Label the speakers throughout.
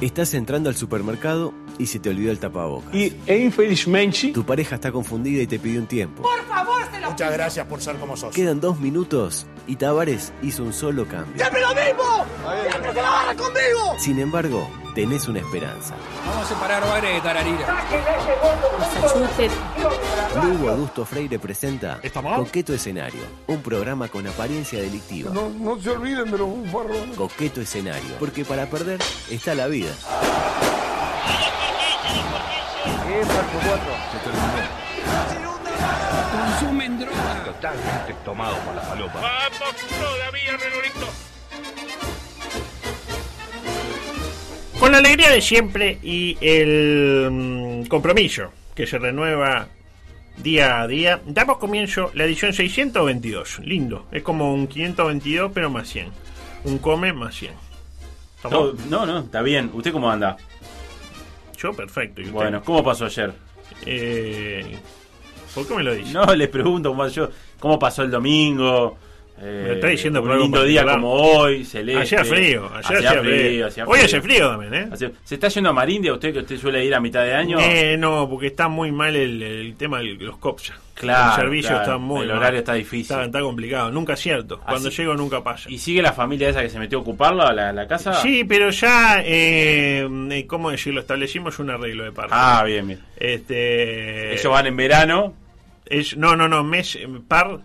Speaker 1: Estás entrando al supermercado y se te olvidó el tapabocas.
Speaker 2: E infelizmente,
Speaker 1: Tu pareja está confundida y te pidió un tiempo.
Speaker 3: Por favor, se los
Speaker 4: Muchas gracias por ser como sos.
Speaker 1: Quedan dos minutos y Tavares hizo un solo cambio.
Speaker 3: ¡Siempre lo mismo! ¡Siempre se la barra conmigo!
Speaker 1: Sin embargo, tenés una esperanza.
Speaker 5: Vamos a separar hogares de tararira.
Speaker 1: Luego Augusto Freire presenta Coqueto Escenario, un programa con apariencia delictiva.
Speaker 6: No, no se olviden de los bufarrones.
Speaker 1: Coqueto Escenario, porque para perder está la vida.
Speaker 5: Consumen droga.
Speaker 7: Con la alegría de siempre y el mm, compromiso que se renueva día a día, damos comienzo la edición 622. Lindo, es como un 522 pero más 100. Un come más 100.
Speaker 8: No,
Speaker 7: ¿Estamos?
Speaker 8: no, no, está bien. ¿Usted cómo anda?
Speaker 7: Yo perfecto. ¿y usted?
Speaker 8: Bueno, ¿cómo pasó ayer?
Speaker 7: Eh, ¿Por qué me lo dice?
Speaker 8: No, les pregunto cómo, yo, cómo pasó el domingo. Eh,
Speaker 7: Me lo está diciendo por
Speaker 8: un
Speaker 7: algo
Speaker 8: lindo día
Speaker 7: particular.
Speaker 8: como hoy, celeste.
Speaker 7: Hacía frío, ayer hacía, frío.
Speaker 8: este, hacía
Speaker 7: Hoy hace frío también, ¿eh?
Speaker 8: Hacía- ¿Se está yendo a Marindia usted que usted suele ir a mitad de año?
Speaker 7: Eh, no, porque está muy mal el, el tema de los COPS.
Speaker 8: Claro,
Speaker 7: El servicio
Speaker 8: claro.
Speaker 7: está muy
Speaker 8: El
Speaker 7: mal.
Speaker 8: horario está difícil.
Speaker 7: Está, está complicado, nunca cierto. Cuando
Speaker 8: Así-
Speaker 7: llego nunca pasa.
Speaker 8: ¿Y sigue la familia esa que se metió a ocuparla, la, la casa?
Speaker 7: Sí, pero ya, eh, eh, ¿cómo decirlo? Establecimos un arreglo de parte.
Speaker 8: Ah, bien, bien.
Speaker 7: Este,
Speaker 8: Ellos van en verano.
Speaker 7: es- no, no, no, mes eh, par,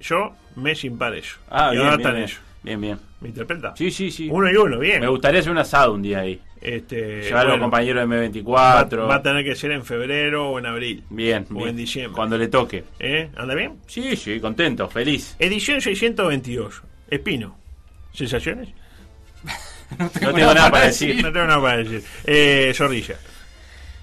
Speaker 7: yo, mes impar ellos.
Speaker 8: Ah,
Speaker 7: y
Speaker 8: bien,
Speaker 7: ahora
Speaker 8: bien,
Speaker 7: están
Speaker 8: bien.
Speaker 7: ellos.
Speaker 8: Bien, bien.
Speaker 7: ¿Me interpreta?
Speaker 8: Sí, sí, sí.
Speaker 7: Uno y uno, bien.
Speaker 8: Me gustaría hacer un asado un día ahí.
Speaker 7: Este,
Speaker 8: Llevar a los
Speaker 7: bueno,
Speaker 8: compañeros de
Speaker 7: va,
Speaker 8: M24.
Speaker 7: va a tener que ser en febrero o en abril.
Speaker 8: Bien,
Speaker 7: O
Speaker 8: bien.
Speaker 7: en diciembre.
Speaker 8: Cuando le toque.
Speaker 7: ¿Eh? ¿Anda bien?
Speaker 8: Sí, sí, contento, feliz.
Speaker 7: Edición 622. Espino. ¿Sensaciones?
Speaker 8: No tengo nada para decir.
Speaker 7: No tengo nada para decir. Eh, zorrilla.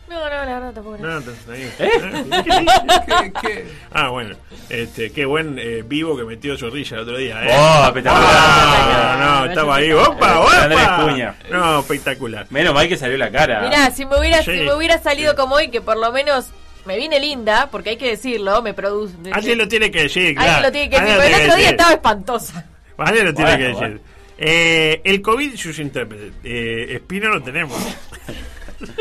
Speaker 9: No, no, la verdad tampoco.
Speaker 7: No, no, no, ahí.
Speaker 5: ¿Qué, qué?
Speaker 7: Ah, bueno. Este, qué buen eh, vivo que metió zorrilla el otro día. ¿eh?
Speaker 8: Oh, espectacular.
Speaker 7: Ah, no, no, estaba ahí. ¡Opa,
Speaker 8: Andrés
Speaker 7: opa!
Speaker 8: Cuña.
Speaker 7: No, espectacular.
Speaker 8: Menos mal que salió la cara.
Speaker 9: Mirá, si me hubiera,
Speaker 7: Ah. Sí.
Speaker 9: si me hubiera salido
Speaker 7: Sí.
Speaker 9: como hoy, que por lo menos me vine linda, porque hay que decirlo, me produce.
Speaker 7: Alguien lo tiene que decir,
Speaker 9: Alguien
Speaker 7: claro.
Speaker 9: lo tiene que decir.
Speaker 7: Alguien
Speaker 9: Pero el
Speaker 7: lo
Speaker 9: otro día
Speaker 7: tiene que
Speaker 9: estaba espantosa.
Speaker 7: decir. Alguien lo tiene
Speaker 8: Bueno,
Speaker 7: que
Speaker 8: bueno.
Speaker 7: decir. Eh, el COVID y sus intérpretes. Eh, Espino lo tenemos.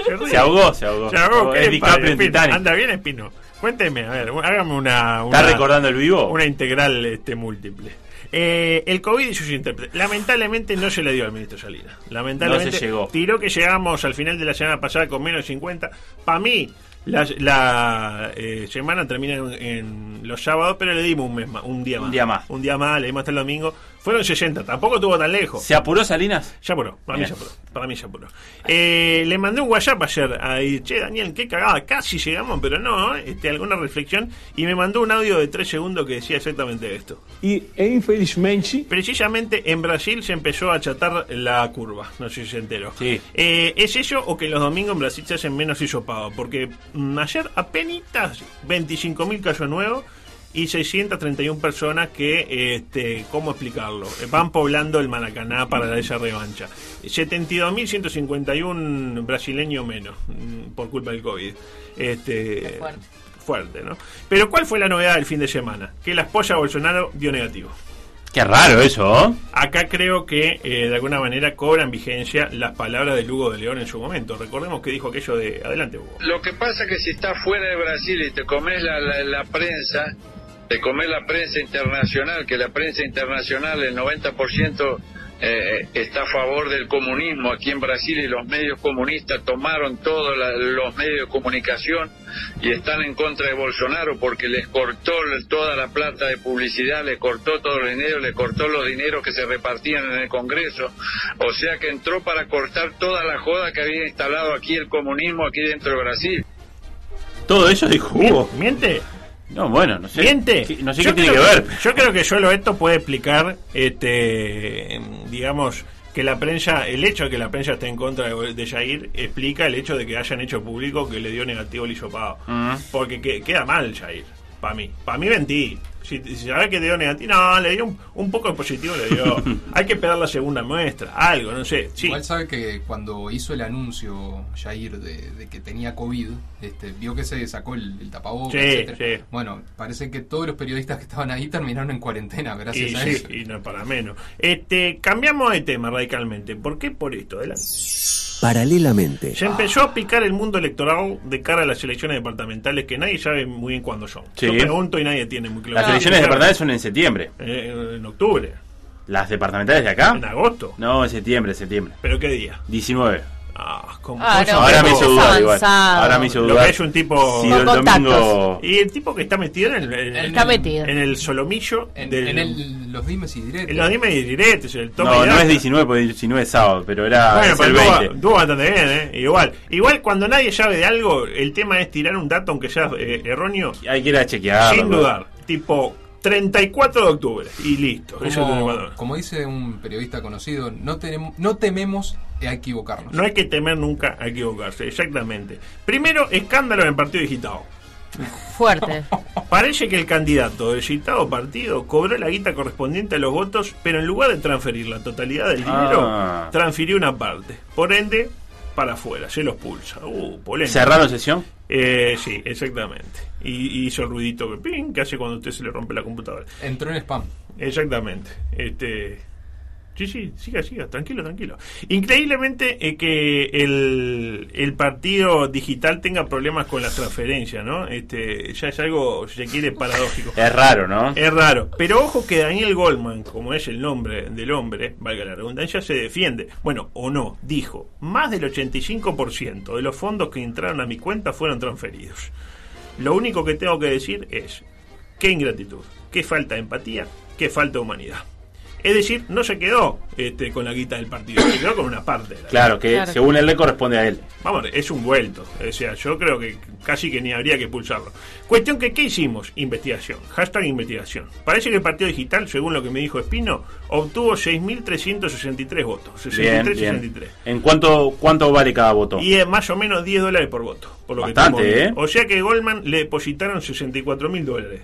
Speaker 7: Zorrilla.
Speaker 8: Se ahogó, se ahogó.
Speaker 7: Se ahogó,
Speaker 8: Es
Speaker 7: qué
Speaker 8: DiCaprio
Speaker 7: padre,
Speaker 8: en
Speaker 7: Espino.
Speaker 8: Titanic.
Speaker 7: Anda bien, Espino. Cuénteme, a ver, hágame una.
Speaker 8: ¿Está
Speaker 7: una-
Speaker 8: recordando el vivo?
Speaker 7: Una integral este, múltiple. Eh, el COVID y sus intérpretes. Lamentablemente no se le dio al ministro Salinas. Lamentablemente
Speaker 8: No se llegó.
Speaker 7: tiró que llegamos al final de la semana pasada con menos 50. Para mí, la, la, eh, semana termina en, en los sábados, pero le dimos un, mes más, un día
Speaker 8: Un
Speaker 7: más.
Speaker 8: día más.
Speaker 7: Un día más, le dimos hasta el domingo. Fueron 60, tampoco estuvo tan lejos.
Speaker 8: ¿Se apuró Salinas?
Speaker 7: Ya apuró, para mí ya
Speaker 8: Bien.
Speaker 7: apuró, para mí ya apuró. Eh, le mandé un WhatsApp ayer ahí, che Daniel, qué cagada, casi llegamos, pero no, este, alguna reflexión, y me mandó un audio de tres segundos que decía exactamente esto.
Speaker 2: e infelizmente,
Speaker 7: Precisamente en Brasil se empezó a achatar la curva, no sé si se enteró.
Speaker 8: Sí.
Speaker 7: Eh, ¿Es eso o que los domingos en Brasil se hacen menos hisopados? Porque mm, ayer apenas 25.000 casos nuevos y 631 personas que, este, ¿cómo explicarlo? Eh, Van poblando el Maracaná para esa revancha. 72.151 brasileños menos mm, por culpa del COVID. Este,
Speaker 9: Qué fuerte.
Speaker 7: fuerte, ¿no? Pero ¿cuál fue la novedad del fin de semana? Que la esposa de Bolsonaro dio negativo.
Speaker 8: Qué raro eso, ¿eh?
Speaker 7: Acá creo que eh, de alguna manera cobran vigencia las palabras de Hugo de León en su momento. Recordemos que dijo aquello de adelante Hugo.
Speaker 10: Lo que pasa es que si estás fuera de Brasil y te comes la, la- la prensa, te comes la prensa internacional, que la prensa internacional, el 90% eh, está a favor del comunismo aquí en Brasil y los medios comunistas tomaron todos la- los medios de comunicación y están en contra de Bolsonaro porque les cortó l- toda la plata de publicidad, le cortó todo el dinero, le cortó los dineros que se repartían en el Congreso. O sea que entró para cortar toda la joda que había instalado aquí el comunismo aquí dentro de Brasil.
Speaker 8: Todo eso dijo Hugo.
Speaker 7: ¿Miente?
Speaker 8: No, bueno, no sé.
Speaker 7: ¿Miente?
Speaker 8: qué- No sé
Speaker 7: Yo
Speaker 8: qué tiene que
Speaker 7: creo
Speaker 8: ver.
Speaker 7: Yo creo que solo esto puede explicar, este, digamos, que la prensa, el hecho de que la prensa esté en contra de, de Jair, explica el hecho de que hayan hecho público que le dio negativo el hisopado.
Speaker 8: Mm.
Speaker 7: Porque que- queda mal Jair, para mí. Para mí mentí. Si, si sabés que te dio negativo, no, le dio un, un poco de positivo, le dio. Hay que esperar la segunda muestra, algo, no sé. Sí.
Speaker 11: Igual sabe que cuando hizo el anuncio Jair de, de que tenía COVID, este, vio que se sacó el, el tapabocas.
Speaker 7: Sí,
Speaker 11: etcétera.
Speaker 7: sí.
Speaker 11: Bueno, parece que todos los periodistas que estaban ahí terminaron en cuarentena gracias
Speaker 7: Y,
Speaker 11: a
Speaker 7: sí,
Speaker 11: eso.
Speaker 7: y no para menos. Este, cambiamos de tema radicalmente. ¿Por qué por esto? Adelante.
Speaker 1: Paralelamente,
Speaker 7: Se empezó a picar el mundo electoral de cara a las elecciones departamentales que nadie sabe muy bien cuándo son.
Speaker 8: Sí.
Speaker 7: Yo pregunto y nadie tiene muy claro.
Speaker 8: Las elecciones departamentales son en septiembre.
Speaker 7: Eh, en octubre,
Speaker 8: ¿Las departamentales de
Speaker 7: en
Speaker 8: acá?
Speaker 7: agosto.
Speaker 8: Ah. No, en septiembre, septiembre.
Speaker 7: ¿Pero qué día?
Speaker 8: 19.
Speaker 7: Ah, como
Speaker 9: Ah,
Speaker 7: cosa-
Speaker 9: no,
Speaker 8: Ahora me
Speaker 9: pero
Speaker 8: hizo
Speaker 9: es
Speaker 8: dudar igual.
Speaker 9: avanzado.
Speaker 8: Ahora me hizo
Speaker 7: Lo
Speaker 8: dudar.
Speaker 7: que es un tipo-
Speaker 8: Si el
Speaker 9: Con
Speaker 8: domingo.
Speaker 7: Y el tipo que está metido en el, en-
Speaker 11: En-
Speaker 9: Está metido.
Speaker 7: en el solomillo
Speaker 11: En,
Speaker 7: del-
Speaker 11: en el- los dimes y directos.
Speaker 7: en los dimes y diretes, el toma
Speaker 8: No,
Speaker 7: y
Speaker 8: no
Speaker 7: daca.
Speaker 8: es 19, porque 19 es sábado, pero era
Speaker 7: Bueno,
Speaker 8: Ah, es el
Speaker 7: pero tuvo-
Speaker 8: 20.
Speaker 7: tuvo bastante bien, ¿eh? Igual, igual cuando nadie sabe de algo, el tema es tirar un dato, aunque sea eh, erróneo,
Speaker 8: Hay que ir a chequear.
Speaker 7: sin dudar. Tipo, 34 de octubre. Y listo. Eso es 34 de
Speaker 11: Como,
Speaker 7: octubre.
Speaker 11: como dice un periodista conocido, no, tenemos, no tememos a equivocarnos.
Speaker 7: No hay que temer nunca a equivocarse, exactamente. Primero, escándalo en el partido digitado.
Speaker 9: Fuerte.
Speaker 7: Parece que el candidato del citado partido cobró la guita correspondiente a los votos, pero en lugar de transferir la totalidad del dinero,
Speaker 8: Ah.
Speaker 7: transfirió una parte. Por ende, para afuera, se los pulsa. Uh, polémica.
Speaker 8: ¿Cerraron sesión?
Speaker 7: Eh, sí, exactamente. Y, y hizo el ruidito que, ping, que hace cuando a usted se le rompe la computadora.
Speaker 11: Entró en spam.
Speaker 7: Exactamente. Este. Sí, sí, siga, siga, tranquilo, tranquilo. Increíblemente eh, que el, el partido digital tenga problemas con las transferencias, ¿no? Este, ya es algo, si se quiere, paradójico.
Speaker 8: Es raro, ¿no?
Speaker 7: Es raro. Pero ojo que Daniel Goldman, como es el nombre del hombre, valga la redundancia, se defiende. Bueno, o no, dijo, más del 85% de los fondos que entraron a mi cuenta fueron transferidos. Lo único que tengo que decir es, qué ingratitud, qué falta de empatía, qué falta de humanidad. Es decir, no se quedó este, con la guita del partido, se quedó con una parte. de la
Speaker 8: Claro, que
Speaker 9: Claro.
Speaker 8: según él le corresponde a él.
Speaker 7: Vamos, es un vuelto. O sea, yo creo que casi que ni habría que expulsarlo. Cuestión que, ¿qué hicimos? Investigación. Hashtag investigación. Parece que el Partido Digital, según lo que me dijo Espino, obtuvo 6.363 votos. 63,
Speaker 8: Bien, bien. ¿En cuánto, cuánto vale cada voto?
Speaker 7: Y es más o menos 10 dólares por voto. Por lo
Speaker 8: Bastante,
Speaker 7: que tengo.
Speaker 8: ¿eh?
Speaker 7: O sea que Goldman le depositaron 64 mil dólares.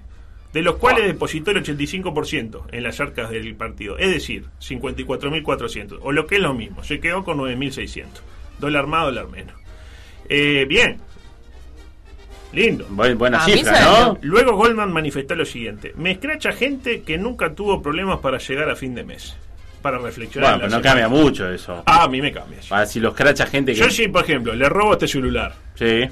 Speaker 7: De los cuales depositó el 85% en las arcas del partido. Es decir, 54.400. O lo que es lo mismo. Se quedó con 9.600. Dólar más, dólar menos. Eh, bien. Lindo.
Speaker 8: Bu- Buena
Speaker 9: A mí
Speaker 8: cifra,
Speaker 9: se-
Speaker 8: ¿no?
Speaker 7: Luego Goldman manifestó lo siguiente. Me escracha gente que nunca tuvo problemas para llegar a fin de mes. Para reflexionar.
Speaker 8: Bueno, pero
Speaker 7: la
Speaker 8: no
Speaker 7: semana.
Speaker 8: cambia mucho eso.
Speaker 7: Ah, a mí me cambia.
Speaker 8: Para si los cracha gente que.
Speaker 7: Yo sí, por ejemplo, le robo este celular.
Speaker 8: Sí.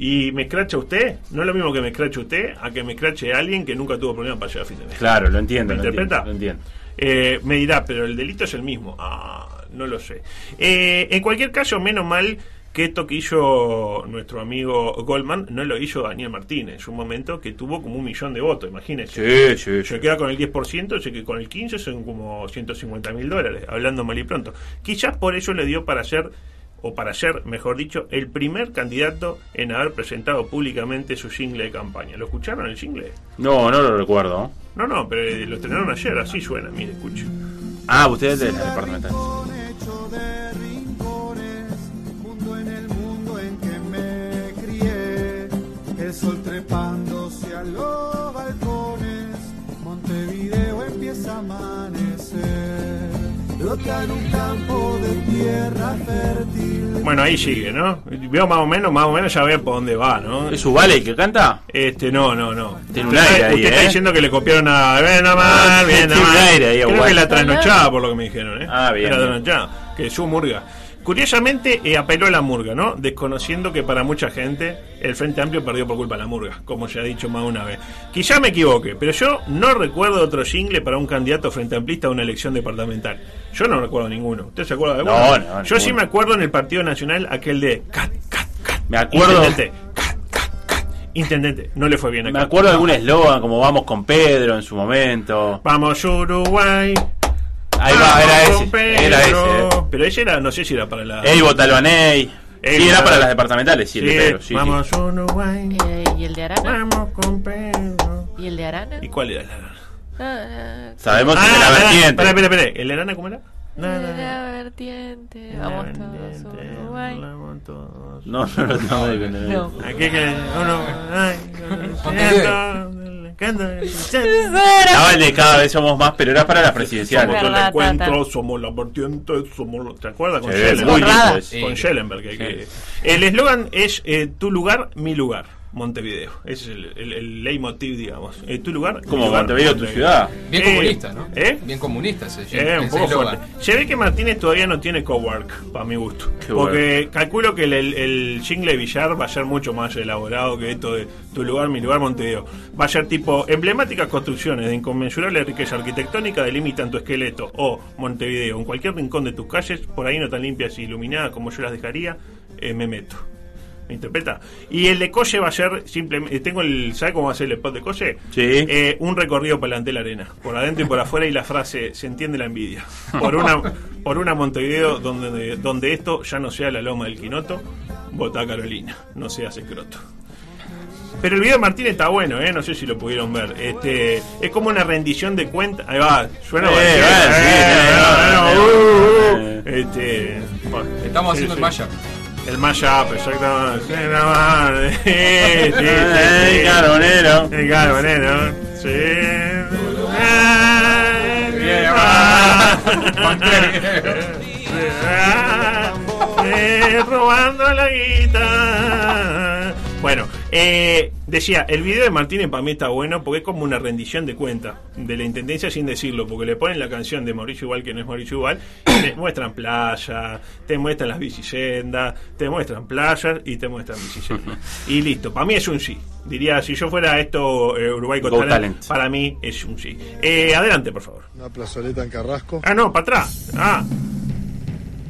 Speaker 7: y me escracha usted, no es lo mismo que me escrache usted a que me escrache alguien que nunca tuvo problema para llegar a fin de mes.
Speaker 8: Claro, lo entiendo.
Speaker 7: ¿Me
Speaker 8: lo entiendo,
Speaker 7: interpreta?
Speaker 8: lo entiendo.
Speaker 7: Eh, me dirá, pero el delito es el mismo. Ah, no lo sé. Eh, en cualquier caso, menos mal que esto que hizo nuestro amigo Goldman no lo hizo Daniel Martínez en su momento, que tuvo como un millón de votos, imagínense.
Speaker 8: Sí, sí, sí.
Speaker 7: Se queda con el 10%, se que con el 15% son como 150 mil dólares, hablando mal y pronto. Quizás por eso le dio para ser, o para ser, mejor dicho, el primer candidato en haber presentado públicamente su single de campaña. ¿Lo escucharon el single?
Speaker 8: No, no lo recuerdo.
Speaker 7: No, no, pero eh, lo estrenaron ayer, así suena, mire, escuchen.
Speaker 8: Ah, ustedes de las departamentales.
Speaker 3: El sol trepándose a los balcones, Montevideo empieza a amanecer. Brota en un campo de tierra fértil.
Speaker 7: Bueno, ahí sigue, ¿no? Veo más o menos, más o menos ya veo por dónde va, ¿no?
Speaker 8: ¿Es Ubale el que canta?
Speaker 7: Este, no, no, no.
Speaker 8: Tiene un
Speaker 7: Usted
Speaker 8: aire
Speaker 7: está-
Speaker 8: ahí,
Speaker 7: usted está
Speaker 8: ¿eh?
Speaker 7: diciendo que le copiaron a. Bien, nomás,
Speaker 8: Ah,
Speaker 7: bien,
Speaker 8: tiene un
Speaker 7: nomás.
Speaker 8: aire ahí,
Speaker 7: Creo
Speaker 8: aguante.
Speaker 7: que la trasnochaba, por lo que me dijeron, ¿eh?
Speaker 8: Ah, bien,
Speaker 7: Era
Speaker 8: bien.
Speaker 7: trasnochada, que su murga. Curiosamente, eh, apeló a la murga, ¿no? Desconociendo que para mucha gente el Frente Amplio perdió por culpa de la murga, como ya he dicho más de una vez. Quizá me equivoque, pero yo no recuerdo otro jingle para un candidato frente amplista a una elección departamental. Yo no recuerdo ninguno. ¿Usted se acuerda de
Speaker 8: No,
Speaker 7: alguno?
Speaker 8: no,
Speaker 7: Yo sí
Speaker 8: ninguno.
Speaker 7: me acuerdo en el Partido Nacional aquel de cat, cat, cat.
Speaker 8: Me acuerdo-
Speaker 7: Intendente. Cat, cat, cat. Intendente. No le fue bien acá.
Speaker 8: Me acuerdo de algún eslogan como Vamos con Pedro en su momento.
Speaker 7: Vamos Uruguay.
Speaker 8: Ahí va, era
Speaker 7: vamos con
Speaker 8: ese. Era ese.
Speaker 7: Pedro.
Speaker 8: eh.
Speaker 7: Pero ese era, no sé si era para la.
Speaker 8: Ey,
Speaker 7: Ey,
Speaker 8: Botalbaney. Sí, era
Speaker 7: Botalbaney.
Speaker 8: para las departamentales, sí, el de Pedro, sí, sí.
Speaker 7: vamos Uruguay.
Speaker 9: Eh, ¿Y el de Arana?
Speaker 7: Vamos con Pedro.
Speaker 9: ¿Y el de Arana?
Speaker 7: ¿Y cuál era el arana?
Speaker 9: Ah,
Speaker 8: Sabemos que era
Speaker 7: Ah,
Speaker 8: la
Speaker 7: pará,
Speaker 8: vertiente.
Speaker 7: pará, pará, pará. ¿El arana cómo era?
Speaker 9: ah, de
Speaker 7: Nada.
Speaker 9: la vertiente.
Speaker 7: La
Speaker 9: Vamos todos
Speaker 7: vertiente,
Speaker 9: a Uruguay.
Speaker 7: vamos todos.
Speaker 8: No, no, no, no, no, no, no.
Speaker 9: No.
Speaker 7: Aquí que uno. Ay, canta.
Speaker 8: Estaba el de cada vez somos más, pero era para las presidenciales.
Speaker 9: Somos
Speaker 7: Somos el
Speaker 9: Verdad,
Speaker 7: encuentro,
Speaker 9: Tata.
Speaker 7: somos la vertiente, somos... lo- ¿Te acuerdas? Con
Speaker 8: Ah, Sí,
Speaker 7: Schellenberg.
Speaker 8: muy lindo
Speaker 9: Honrada.
Speaker 8: eso.
Speaker 7: Con Schellenberg. que hay que- El eslogan es eh, tu lugar, mi lugar. Montevideo. Ese es el, el- el leitmotiv, digamos. Eh, ¿Tu lugar?
Speaker 8: Como
Speaker 7: Mi lugar,
Speaker 8: Montevideo, tu ciudad.
Speaker 11: Bien
Speaker 7: Eh,
Speaker 11: comunista, ¿no?
Speaker 7: ¿Eh?
Speaker 11: Bien comunista ese,
Speaker 7: Eh,
Speaker 11: ese
Speaker 7: un poco
Speaker 11: eslogan.
Speaker 7: fuerte. Se ve que Martínez todavía no tiene cowork, para mi gusto.
Speaker 8: Qué
Speaker 7: porque calculo que el, el, el jingle de Villar va a ser mucho más elaborado que esto de tu lugar, mi lugar, Montevideo. Va a ser tipo emblemáticas construcciones de inconmensurable riqueza arquitectónica delimitan tu esqueleto o Montevideo. En cualquier rincón de tus calles, por ahí no tan limpias y iluminadas como yo las dejaría, eh, me meto. ¿Me interpreta? Y el de Colle va a ser simplemente. Tengo el, ¿Sabe cómo va a ser el spot de Colle?
Speaker 8: Sí.
Speaker 7: Eh, un recorrido para delante de la arena, por adentro y por afuera, y la frase: se entiende la envidia. Por una, por una Montevideo donde, donde esto ya no sea la loma del Quinoto, vota Carolina, no seas escroto. Pero el video de Martínez está bueno, ¿eh? no sé si lo pudieron ver. Este, es como una rendición de cuentas. Ahí va, suena.
Speaker 8: Eh,
Speaker 7: Martínez.
Speaker 8: va, sí,
Speaker 7: Eh, bueno,
Speaker 8: eh, eh,
Speaker 7: uh, uh. Este, bueno,
Speaker 11: Estamos
Speaker 7: sí,
Speaker 11: haciendo
Speaker 7: sí.
Speaker 11: el mashup.
Speaker 7: El mashup, exactamente. Sí, nada más. Sí, sí, sí, sí.
Speaker 8: Eh, carbonero.
Speaker 7: El galvanero. Sí.
Speaker 11: Bien,
Speaker 7: Ah.
Speaker 11: Pantera.
Speaker 7: Ah, eh, Robando la guita. Bueno, eh, decía, el video de Martínez para mí está bueno porque es como una rendición de cuenta de la intendencia sin decirlo, porque le ponen la canción de Mauricio Igual que no es Mauricio Igual, y te muestran playa, te muestran las bicisendas, te muestran playas y te muestran bicisendas. y listo, para mí es un sí. Diría, si yo fuera esto eh, Uruguay con
Speaker 8: Go
Speaker 7: talent,
Speaker 8: Talent.
Speaker 7: para mí es un sí. Eh, adelante, por favor.
Speaker 3: Una plazoleta en Carrasco.
Speaker 7: Ah, no, para atrás. Ah.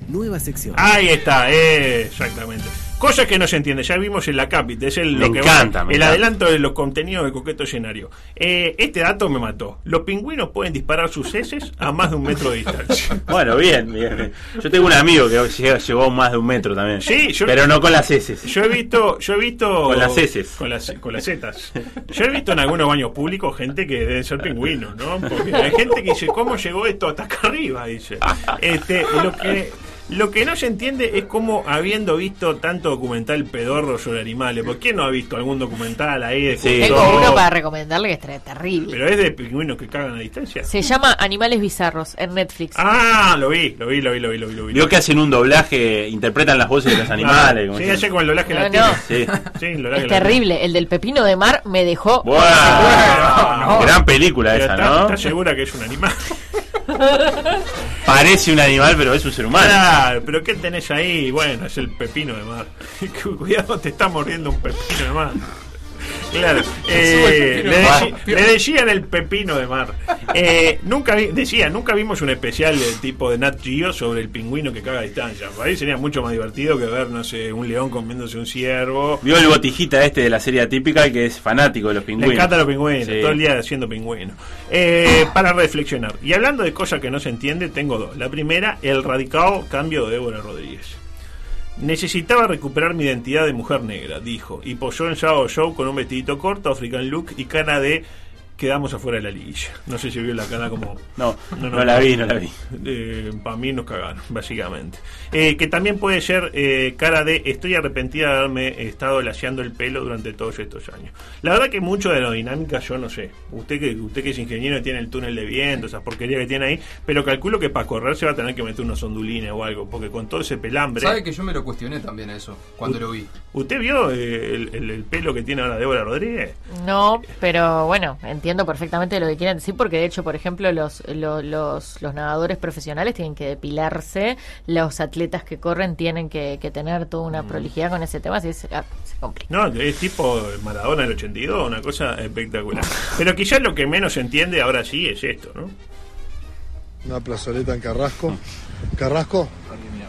Speaker 1: Nueva sección.
Speaker 3: Ah.
Speaker 7: Ahí está, eh, exactamente. Cosas que no se entiende, ya vimos en la Capit, es el,
Speaker 8: Me
Speaker 7: lo que
Speaker 8: encanta, me
Speaker 7: el
Speaker 8: encanta.
Speaker 7: adelanto de los contenidos de Coqueto Escenario. Eh, este dato me mató. Los pingüinos pueden disparar sus heces a más de un metro de distancia.
Speaker 8: Bueno, bien, bien. Yo tengo un amigo que llegó, llegó a más de un metro también.
Speaker 7: Sí, yo-
Speaker 8: Pero no con las heces.
Speaker 7: Yo he visto, yo he visto
Speaker 8: Con las heces.
Speaker 7: con las, con las setas. Yo he visto en algunos baños públicos gente que debe ser pingüino, ¿no? Porque hay gente que dice cómo llegó esto hasta acá arriba, dice. Este, lo que lo que no se entiende es cómo habiendo visto tanto documental pedorro sobre animales, ¿por qué no ha visto algún documental ahí de
Speaker 8: Sí.
Speaker 7: culto?
Speaker 9: Tengo uno para recomendarle que está terrible.
Speaker 7: Pero es de pingüinos que cagan a distancia.
Speaker 9: Se llama Animales Bizarros en Netflix.
Speaker 7: Ah, lo vi, lo vi, lo vi, lo vi, lo vi. lo vi.
Speaker 8: Vio que hacen un doblaje, interpretan las voces de los animales. como
Speaker 7: Ah, Sí,
Speaker 8: que-
Speaker 7: ayer con el doblaje
Speaker 9: No,
Speaker 7: latino.
Speaker 9: no.
Speaker 8: Sí.
Speaker 7: Sí, el doblaje
Speaker 9: es
Speaker 7: latino.
Speaker 9: terrible. El del pepino de mar me dejó.
Speaker 8: Bueno,
Speaker 7: Bueno,
Speaker 8: gran película
Speaker 7: Pero
Speaker 8: esa,
Speaker 7: está-
Speaker 8: ¿no?
Speaker 7: está segura que es un animal?
Speaker 8: Parece un animal, pero es un ser humano.
Speaker 7: Claro, pero ¿qué tenés ahí? Bueno, es el pepino de mar. Cuidado, te está mordiendo un pepino de mar. Claro, eh,
Speaker 11: Sube el pepino
Speaker 7: le,
Speaker 11: de
Speaker 7: decí-
Speaker 11: mar.
Speaker 7: le decían el pepino de mar. Eh, nunca vi- decía, nunca vimos un especial del tipo de Nat Geo sobre el pingüino que caga a distancia. Para mí sería mucho más divertido que ver, no sé, un león comiéndose un ciervo.
Speaker 8: Vio el botijita este de la serie atípica que es fanático de los
Speaker 7: Le
Speaker 8: pingüinos.
Speaker 7: encanta los pingüinos,
Speaker 8: Sí.
Speaker 7: todo el día haciendo pingüinos. Eh, para reflexionar. Y hablando de cosas que no se entiende, tengo dos. La primera, el radicado cambio de Débora Rodríguez. Necesitaba recuperar mi identidad de mujer negra, dijo, y posó en Sao Show con un vestidito corto, African look y cara de quedamos afuera de la liguilla. No sé si vio la cara como...
Speaker 8: No, no, la vi, no la vi.
Speaker 7: para Eh, mí nos cagaron, básicamente. Eh, que también puede ser eh, cara de estoy arrepentida de haberme estado laseando el pelo durante todos estos años. La verdad que mucho de aerodinámica yo no sé. Usted que usted que es ingeniero tiene el túnel de viento, esas porquerías que tiene ahí, pero calculo que para correr se va a tener que meter unos ondulines o algo, porque con todo ese pelambre...
Speaker 11: ¿Sabe que yo me lo cuestioné también a eso cuando lo vi?
Speaker 7: ¿Usted vio eh, el, el- el pelo que tiene ahora Débora Rodríguez?
Speaker 9: No, pero bueno, entiendo perfectamente lo que quieren decir, porque de hecho, por ejemplo, los, lo- los, los nadadores profesionales tienen que depilarse, los atletas que corren tienen que, que tener toda una
Speaker 7: Mm.
Speaker 9: prolijidad con ese tema, así es, ah, se complica.
Speaker 7: No, es tipo Maradona del 82, una cosa espectacular. Pero quizás lo que menos se entiende ahora sí es esto, ¿no?
Speaker 3: Una plazoleta en Carrasco. Carrasco,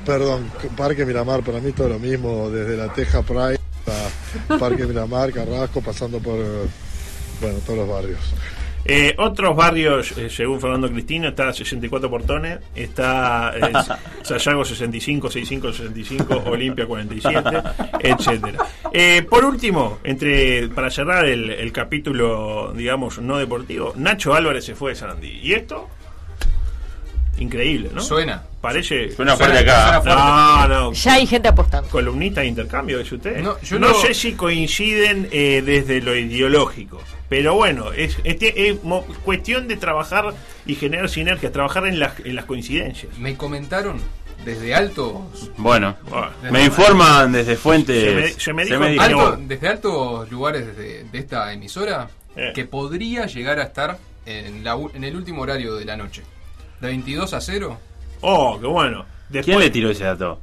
Speaker 3: perdón, Parque Miramar, para mí todo lo mismo, desde la Teja Pride hasta Parque Miramar, Carrasco, pasando por, eh, bueno, todos los barrios.
Speaker 7: Eh, otros barrios, eh, según Fernando Cristino, está 64 Portones, está eh, Sayago 65, 65, 65, Olimpia 47, etcétera. Eh, por último, entre para cerrar el, el capítulo, digamos, no deportivo, Nacho Álvarez se fue de Sarandí. ¿Y esto? Increíble, ¿no?
Speaker 11: Suena.
Speaker 7: Parece...
Speaker 8: Suena
Speaker 11: Suena-
Speaker 8: fuerte acá.
Speaker 11: suena fuerte.
Speaker 7: No, no,
Speaker 9: Ya hay gente apostando.
Speaker 7: columnista de intercambio, dice usted. No,
Speaker 11: No, yo
Speaker 7: no
Speaker 11: no-
Speaker 7: sé si coinciden eh, desde lo ideológico, pero bueno, es, este, es mo- cuestión de trabajar y generar sinergias, trabajar en las, en las coincidencias.
Speaker 11: Me comentaron desde altos
Speaker 8: Bueno,
Speaker 11: Desde-
Speaker 8: me informan desde
Speaker 7: Se me-
Speaker 8: fuentes.
Speaker 7: se me dijo-
Speaker 8: dijo-
Speaker 11: alto- desde altos lugares de, de esta emisora que podría llegar a estar en, la u- en el último horario de la noche. De 22 a 0.
Speaker 7: Oh, qué bueno.
Speaker 8: ¿Quién le tiró ese dato?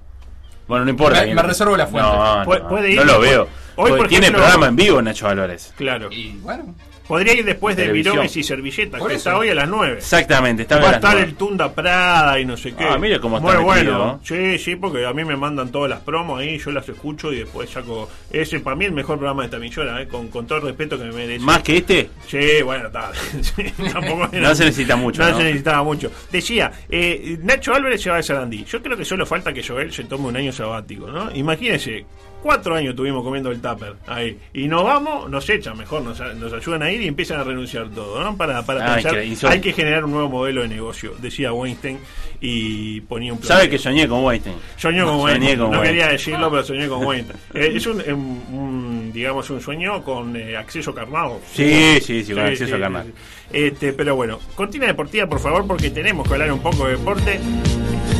Speaker 8: Bueno, no importa.
Speaker 11: Me-
Speaker 8: quién
Speaker 11: me
Speaker 8: le-
Speaker 11: reservo la fuente.
Speaker 8: No, no,
Speaker 7: Pu-
Speaker 8: no,
Speaker 7: puede
Speaker 8: no
Speaker 7: ir,
Speaker 8: lo
Speaker 7: puede-
Speaker 8: veo.
Speaker 7: Hoy,
Speaker 8: Porque
Speaker 7: por
Speaker 8: tiene
Speaker 7: ejemplo-
Speaker 8: programa en vivo Nacho Valores.
Speaker 7: Claro.
Speaker 11: Y bueno,
Speaker 7: Podría ir después de
Speaker 8: Televisión.
Speaker 7: Viromes y Servilleta,
Speaker 11: Por
Speaker 7: que
Speaker 11: eso.
Speaker 7: está hoy a las 9.
Speaker 8: Exactamente, está
Speaker 7: Va a
Speaker 8: bien.
Speaker 7: estar el Tunda Prada y no sé qué.
Speaker 8: Ah, mire cómo está
Speaker 7: Muy
Speaker 8: metido,
Speaker 7: bueno. Sí, sí, porque a mí me mandan todas las promos ahí, yo las escucho y después saco. Ese para mí el mejor programa de esta millora, eh, con, con todo el respeto que me merece.
Speaker 8: ¿Más que este?
Speaker 7: Sí, bueno, está. sí, tampoco era-
Speaker 8: No se necesita mucho,
Speaker 7: No,
Speaker 8: ¿no?
Speaker 7: se necesitaba mucho. Decía, eh, Nacho Álvarez se va de Sarandí. Yo creo que solo falta que Joel se tome un año sabático, ¿no? Imagínense, cuatro años estuvimos comiendo el tupper ahí. Y nos vamos, nos echan, mejor nos, a- nos ayudan a ir y empiezan a renunciar todo, ¿no? Para, para
Speaker 8: Ah,
Speaker 7: pensar,
Speaker 8: increíble, insólito.
Speaker 7: hay que generar un nuevo modelo de negocio, decía Weinstein y ponía un plan.
Speaker 8: Sabe que soñé con Weinstein.
Speaker 7: Soñé con
Speaker 8: Soñé
Speaker 7: Wayne.
Speaker 8: con
Speaker 7: No
Speaker 8: Wayne.
Speaker 7: quería decirlo, pero soñé con Wayne. Eh, es un, em, un, digamos, un sueño con eh, acceso carnal.
Speaker 8: Sí, sí, sí, con acceso carnal.
Speaker 7: Este, pero bueno, cortina deportiva, por favor, porque tenemos que hablar un poco de deporte.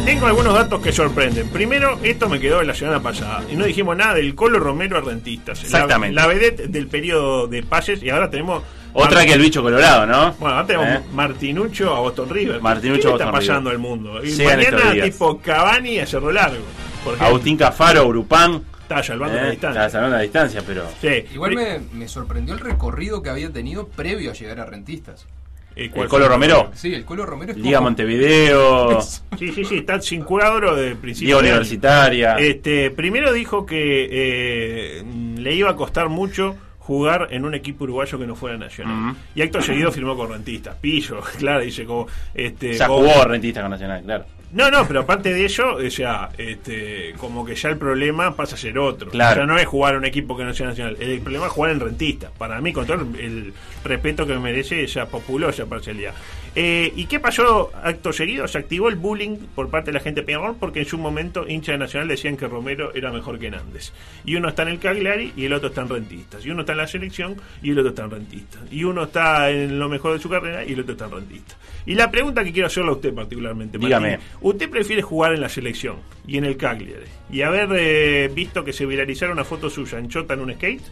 Speaker 7: Tengo algunos datos que sorprenden. Primero, esto me quedó de la semana pasada. Y no dijimos nada del Colo Romero a Rentistas. La-
Speaker 8: Exactamente.
Speaker 7: La, vedette del periodo de pases. Y ahora tenemos.
Speaker 8: Otra que el bicho colorado, ¿no?
Speaker 7: Bueno, ahora tenemos
Speaker 8: ¿Eh?
Speaker 7: Martinucho a Boston River.
Speaker 8: Martinucci
Speaker 7: ¿Qué
Speaker 8: a
Speaker 7: le está
Speaker 8: Boston River?
Speaker 7: pasando al mundo? Y
Speaker 8: Llegan estos
Speaker 7: mañana,
Speaker 8: días.
Speaker 7: tipo Cavani a Cerro Largo. por ejemplo.
Speaker 8: Agustín Cafaro, Urupán.
Speaker 7: Está salvando la
Speaker 8: ¿eh? Está
Speaker 7: distancia.
Speaker 8: salvando la distancia, pero.
Speaker 7: Sí.
Speaker 11: igual me, me sorprendió el recorrido que había tenido previo a llegar a Rentistas.
Speaker 7: Eh, ¿cuál
Speaker 8: El Colo
Speaker 7: fue?
Speaker 8: Romero,
Speaker 11: Sí, el Colo Romero es
Speaker 8: Liga Montevideo,
Speaker 7: Sí, sí, sí, está sin cuadro de principio.
Speaker 8: Liga
Speaker 7: de año.
Speaker 8: Universitaria.
Speaker 7: Este, primero dijo que eh, mm, le iba a costar mucho jugar en un equipo uruguayo que no fuera nacional.
Speaker 8: Ujú.
Speaker 7: Y acto seguido firmó con rentistas. Pillo, claro, dice como este
Speaker 8: O sea,
Speaker 7: como-
Speaker 8: jugó rentista con Nacional, claro.
Speaker 7: No, no, pero aparte de ello, o sea, este, como que ya el problema pasa a ser otro.
Speaker 8: Claro.
Speaker 7: O sea, no es jugar a un equipo que no sea nacional. El problema es jugar en rentista. Para mí, con todo el, el respeto que me merece esa populosa parcialidad. Eh, ¿Y qué pasó acto seguido? Se activó el bullying por parte de la gente de Peñarol porque en su momento hinchas de Nacional decían que Romero era mejor que Nández. Y uno está en el Cagliari y el otro está en rentistas. Y uno está en la selección y el otro está en rentistas. Y uno está en lo mejor de su carrera y el otro está en rentistas. Y la pregunta que quiero hacerle a usted particularmente, Martín,
Speaker 8: Dígame.
Speaker 7: ¿Usted prefiere jugar en la selección y en el Cagliari y haber eh, visto que se viralizara una foto suya en chota en un skate?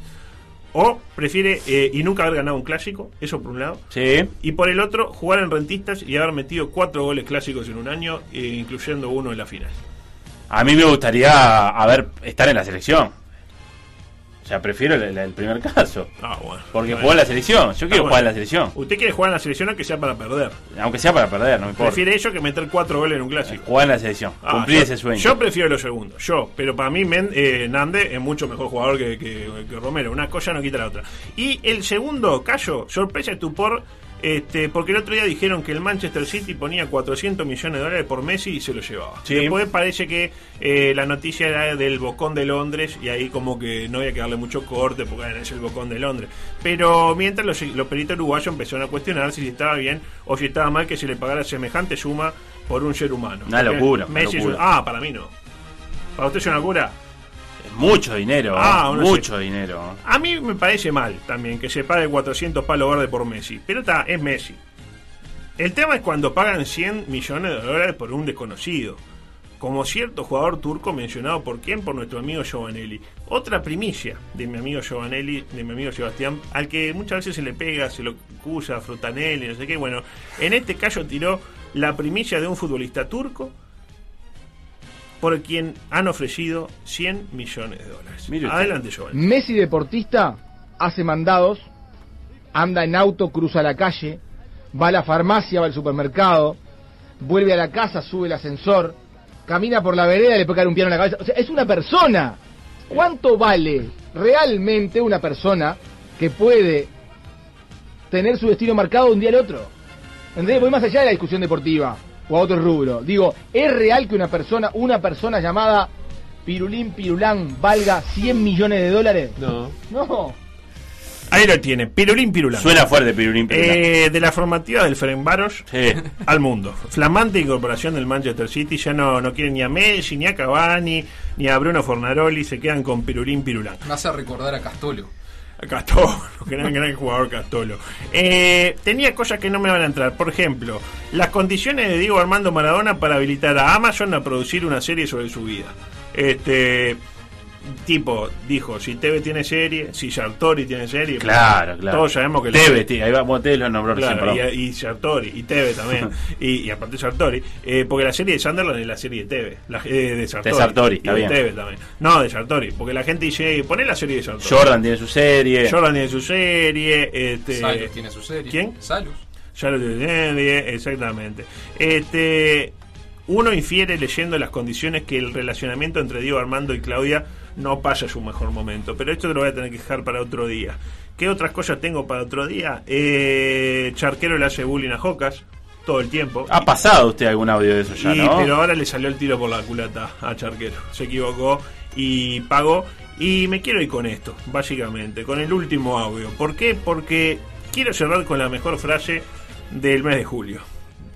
Speaker 7: ¿O prefiere eh, y nunca haber ganado un clásico? Eso por un lado.
Speaker 8: Sí.
Speaker 7: Y por el otro, jugar en rentistas y haber metido cuatro goles clásicos en un año, eh, incluyendo uno en la final.
Speaker 8: A mí me gustaría a ver, estar en la selección. O sea, prefiero el, el primer caso.
Speaker 7: Ah, bueno.
Speaker 8: Porque
Speaker 7: Bueno.
Speaker 8: jugó en la selección.
Speaker 7: Ah,
Speaker 8: Yo quiero
Speaker 7: bueno.
Speaker 8: jugar en la selección.
Speaker 7: Usted quiere jugar en la selección aunque sea para perder.
Speaker 8: Aunque sea para perder, no me importa.
Speaker 7: Prefiere eso que meter cuatro goles en un clásico.
Speaker 8: Jugar en la selección.
Speaker 7: Ah,
Speaker 8: cumplir
Speaker 7: yo-
Speaker 8: ese sueño.
Speaker 7: Yo prefiero lo segundo, yo. Pero para mí, Men, eh, Nande es mucho mejor jugador que, que- que Romero. Una cosa no quita la otra. Y el segundo, Cayo, sorpresa y estupor. Este, porque el otro día dijeron que el Manchester City ponía 400 millones de dólares por Messi y se lo llevaba.
Speaker 8: Sí.
Speaker 7: Después parece que eh, la noticia era del Bocón de Londres y ahí como que no había que darle mucho corte porque era el Bocón de Londres. Pero mientras los, los peritos uruguayos empezaron a cuestionar si estaba bien o si estaba mal que se le pagara semejante suma por un ser humano.
Speaker 8: Una locura, una
Speaker 7: Messi es un-
Speaker 8: locura.
Speaker 7: ah, para mí no. ¿Para usted es una locura?
Speaker 8: Mucho dinero.
Speaker 7: Ah,
Speaker 8: ¿eh?
Speaker 7: no sé.
Speaker 8: Mucho dinero.
Speaker 7: A mí me parece mal también que se pague 400 palos verdes por Messi. Pero está, es Messi. El tema es cuando pagan 100 millones de dólares por un desconocido. Como cierto jugador turco mencionado por quién, por nuestro amigo Giovanelli. Otra primicia de mi amigo Giovanelli, de mi amigo Sebastián, al que muchas veces se le pega, se lo acusa, Frutanelli, no sé qué. Bueno, en este caso tiró la primicia de un futbolista turco por quien han ofrecido 100 millones de dólares.
Speaker 8: Mire usted.
Speaker 7: Adelante, Giovanelli.
Speaker 4: Messi deportista hace mandados, anda en auto, cruza la calle, va a la farmacia, va al supermercado, vuelve a la casa, sube el ascensor, camina por la vereda, le puede caer un piano en la cabeza. O sea, es una persona. ¿Cuánto vale realmente una persona que puede tener su destino marcado de un día al otro? ¿Entendés? Voy más allá de la discusión deportiva o a otro rubro. Digo, ¿es real que una persona, una persona llamada Pirulín Pirulán valga 100 millones de dólares?
Speaker 2: No.
Speaker 4: No.
Speaker 7: Ahí lo tiene, Pirulín Pirulán.
Speaker 8: ¿eh? Suena fuerte, Pirurín. Pirulán.
Speaker 7: Eh, de la formativa del Ferenbaros
Speaker 8: Sí.
Speaker 7: al mundo. Flamante incorporación del Manchester City. Ya no, no quieren ni a Messi, ni a Cavani, ni a Bruno Fornaroli. Se quedan con Pirulín Pirulán.
Speaker 11: Me hace recordar a Castolo.
Speaker 7: Castolo, gran, gran jugador Castolo. Eh, tenía cosas que no me van a entrar. Por ejemplo, las condiciones de Diego Armando Maradona para habilitar a Amazon a producir una serie sobre su vida. Este tipo dijo, si TV tiene serie, si Sartori tiene serie, pues,
Speaker 8: Claro, claro.
Speaker 7: todos sabemos que
Speaker 8: Teve, tío, ahí va, bueno, Teve lo nombró
Speaker 7: Claro,
Speaker 8: recién, perdón.
Speaker 7: y, y Sartori, y Teve también, y, y aparte Sartori, eh, porque la serie de Sunderland es la serie de Teve, la, eh, de Sartori,
Speaker 8: De Sartori,
Speaker 7: y
Speaker 8: está
Speaker 7: de
Speaker 8: bien.
Speaker 7: Teve también. No, de Sartori, porque la gente dice, "Eh, poné la serie de Sartori.
Speaker 8: Jordan tiene su serie.
Speaker 7: Jordan tiene su serie. Este,
Speaker 11: Salus tiene su serie.
Speaker 7: ¿Quién?
Speaker 11: Salus.
Speaker 7: Jordan tiene serie, exactamente. Este, uno infiere leyendo las condiciones que el relacionamiento entre Diego Armando y Claudia no pasa a su mejor momento. Pero esto te lo voy a tener que dejar para otro día. ¿Qué otras cosas tengo para otro día? Eh, Charquero le hace bullying a Jocas todo el tiempo.
Speaker 8: Ha pasado usted algún audio de eso ya,
Speaker 7: Y-
Speaker 8: ¿no?
Speaker 7: Pero ahora le salió el tiro por la culata a Charquero. Se equivocó y pagó. Y me quiero ir con esto, básicamente, con el último audio. ¿Por qué? Porque quiero cerrar con la mejor frase del mes de julio.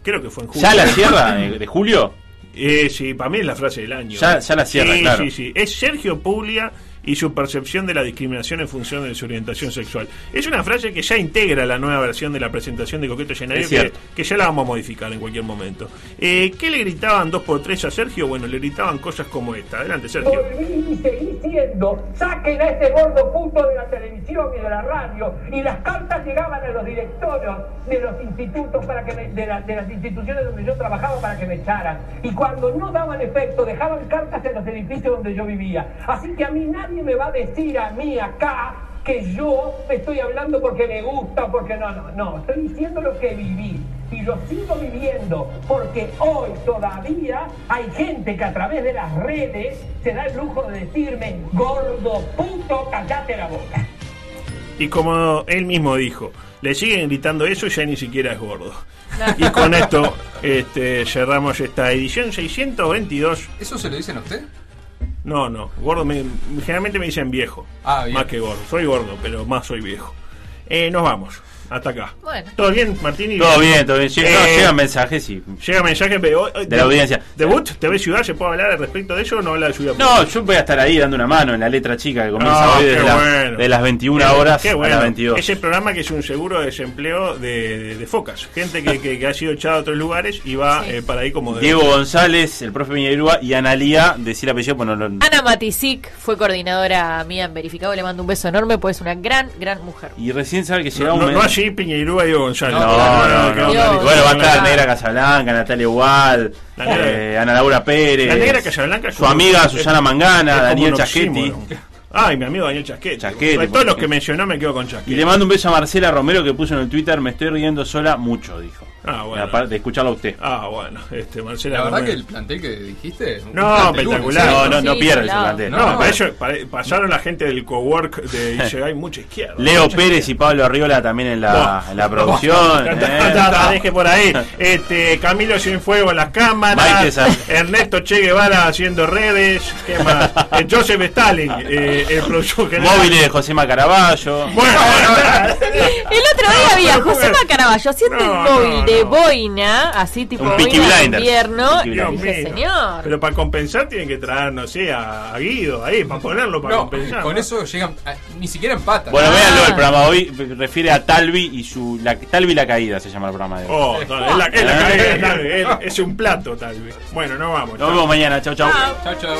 Speaker 7: Creo que fue en julio.
Speaker 8: ¿Ya la cierra de, de julio?
Speaker 7: Eh, sí, para mí es la frase del año.
Speaker 8: Ya- ya la cierra,
Speaker 7: Sí,
Speaker 8: claro.
Speaker 7: sí, sí. Es Sergio Puglia y su percepción de la discriminación en función de su orientación sexual. Es una frase que ya integra la nueva versión de la presentación de Coqueto Llenario,
Speaker 8: Es
Speaker 7: que,
Speaker 8: cierto.
Speaker 7: que ya la vamos a modificar en cualquier momento. Eh, ¿Qué le gritaban 2x3 a Sergio? Bueno, le gritaban cosas como esta. Adelante, Sergio.
Speaker 12: Volví y seguí siendo, saquen a ese gordo puto de la televisión y de la radio, y las cartas llegaban a los directorios de los institutos para que me- de, la- de las instituciones donde yo trabajaba para que me echaran. Y cuando no daban efecto, dejaban cartas en los edificios donde yo vivía. Así que a mí nadie me va a decir a mí acá que yo estoy hablando porque me gusta, porque no, no, no, estoy diciendo lo que viví y lo sigo viviendo porque hoy todavía hay gente que a través de las redes se da el lujo de decirme gordo puto callate la boca
Speaker 7: Y como él mismo dijo, le siguen gritando eso y ya ni siquiera es gordo. Y con esto este, cerramos esta edición 622.
Speaker 11: ¿Eso se lo dicen a usted?
Speaker 7: No, no, gordo, me- generalmente me dicen viejo.
Speaker 11: Ah, bien.
Speaker 7: Más que gordo, soy gordo, pero más soy viejo. Eh, nos vamos, hasta acá.
Speaker 9: Bueno.
Speaker 7: ¿Todo bien, Martín?
Speaker 8: Todo bien, todo bien. Llega- no,
Speaker 7: Eh,
Speaker 8: llegan mensajes y.
Speaker 7: Llega mensaje pero hoy- hoy-
Speaker 8: De la audiencia.
Speaker 7: ¿Debut? ¿TV Ciudad? ¿Se puede hablar al respecto de ello o no habla de Ciudad?
Speaker 8: No, yo voy a estar ahí dando una mano en la letra chica que comienza
Speaker 7: Ah,
Speaker 8: hoy
Speaker 7: qué
Speaker 8: desde, la-
Speaker 7: bueno.
Speaker 8: de las 21
Speaker 7: Qué-
Speaker 8: horas
Speaker 7: qué bueno.
Speaker 8: a las 22.
Speaker 7: Ese programa que es un seguro de desempleo de, de- de focas. Gente que, que- que ha sido echada a otros lugares y va eh, para ahí como de.
Speaker 8: Diego González, el profe Viñerúa y Analía, decir apellido, pues no lo.
Speaker 7: Ah.
Speaker 9: Ana Matisic fue coordinadora mía en Verificado. Le mando un beso enorme, pues es una gran, gran mujer.
Speaker 8: Y recién sabe que llega
Speaker 7: No,
Speaker 8: un.
Speaker 7: no,
Speaker 8: men-
Speaker 7: no allí Piñeirúa y Diego González.
Speaker 8: No, no, no, no.
Speaker 7: Diego
Speaker 8: Bueno, va a
Speaker 7: González.
Speaker 8: estar Negra Casablanca, Natalia Gual,
Speaker 7: La negra-
Speaker 8: eh, Ana Laura Pérez.
Speaker 7: La negra Casablanca es
Speaker 8: Su
Speaker 7: un-
Speaker 8: amiga
Speaker 7: es-
Speaker 8: Susana
Speaker 7: es
Speaker 8: Mangana,
Speaker 7: como
Speaker 8: Daniel
Speaker 7: un
Speaker 8: Chaschetti.
Speaker 7: oxímoron. Ay, mi amigo Daniel Chasquetti.
Speaker 8: Chasquetti,
Speaker 7: Todos los
Speaker 8: por-
Speaker 7: que mencionó me quedo con
Speaker 8: Y
Speaker 7: Chasquetti.
Speaker 8: le mando un beso a Marcela Romero que puso en el Twitter, me estoy riendo sola mucho, dijo.
Speaker 7: Ah, bueno.
Speaker 8: Aparte de escucharlo a usted.
Speaker 7: Ah, bueno, este, Marcela
Speaker 11: La verdad que
Speaker 7: Romero.
Speaker 11: el plantel que dijiste. un
Speaker 7: No,
Speaker 11: plantel
Speaker 7: espectacular.
Speaker 11: único, ¿sí?
Speaker 7: No, para ello, para- pasaron la gente del cowork de Isegai, mucha izquierda.
Speaker 8: Leo
Speaker 7: mucha
Speaker 8: Pérez y Pablo Arriola también en la, en la producción.
Speaker 7: Ta,
Speaker 8: eh.
Speaker 7: ta, ta, ta, deje por ahí. Este, Camilo Sin Fuego en las
Speaker 8: Maite
Speaker 7: cámaras.
Speaker 8: Sa-
Speaker 7: Ernesto Che Guevara haciendo redes. ¿Qué más? Eh, Joseph Stalin, eh, el productor general.
Speaker 8: Móviles de José Macaraballo.
Speaker 9: El otro día había José Macaraballo haciendo un móvil de boina, así tipo
Speaker 7: Un Peaky
Speaker 9: boina de
Speaker 7: Blinders.
Speaker 9: invierno. Y
Speaker 7: Dios
Speaker 9: dije,
Speaker 7: mío.
Speaker 9: señor.
Speaker 7: Pero para compensar tienen que traer, no sé, a, a Guido ahí, para ponerlo para
Speaker 11: No,
Speaker 7: compensar.
Speaker 11: con
Speaker 7: ¿no?
Speaker 11: eso llegan. ah, Ni siquiera empatan.
Speaker 8: Bueno, véanlo, el programa hoy refiere a Talvi y su. La, Talvi y la caída se llama el programa de hoy.
Speaker 7: Oh, no, es, la, es
Speaker 11: Ah.
Speaker 7: la caída, es la- es- es un plato tal vez. Bueno, no vamos.
Speaker 8: Nos vemos mañana, chau, chau.
Speaker 11: Chao, chao.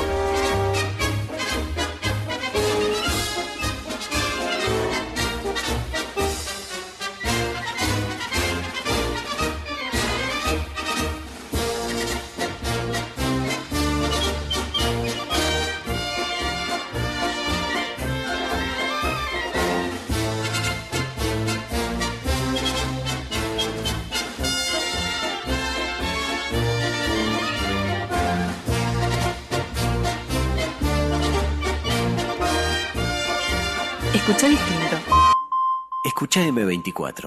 Speaker 13: Escucha distinto.
Speaker 1: Escucha M24.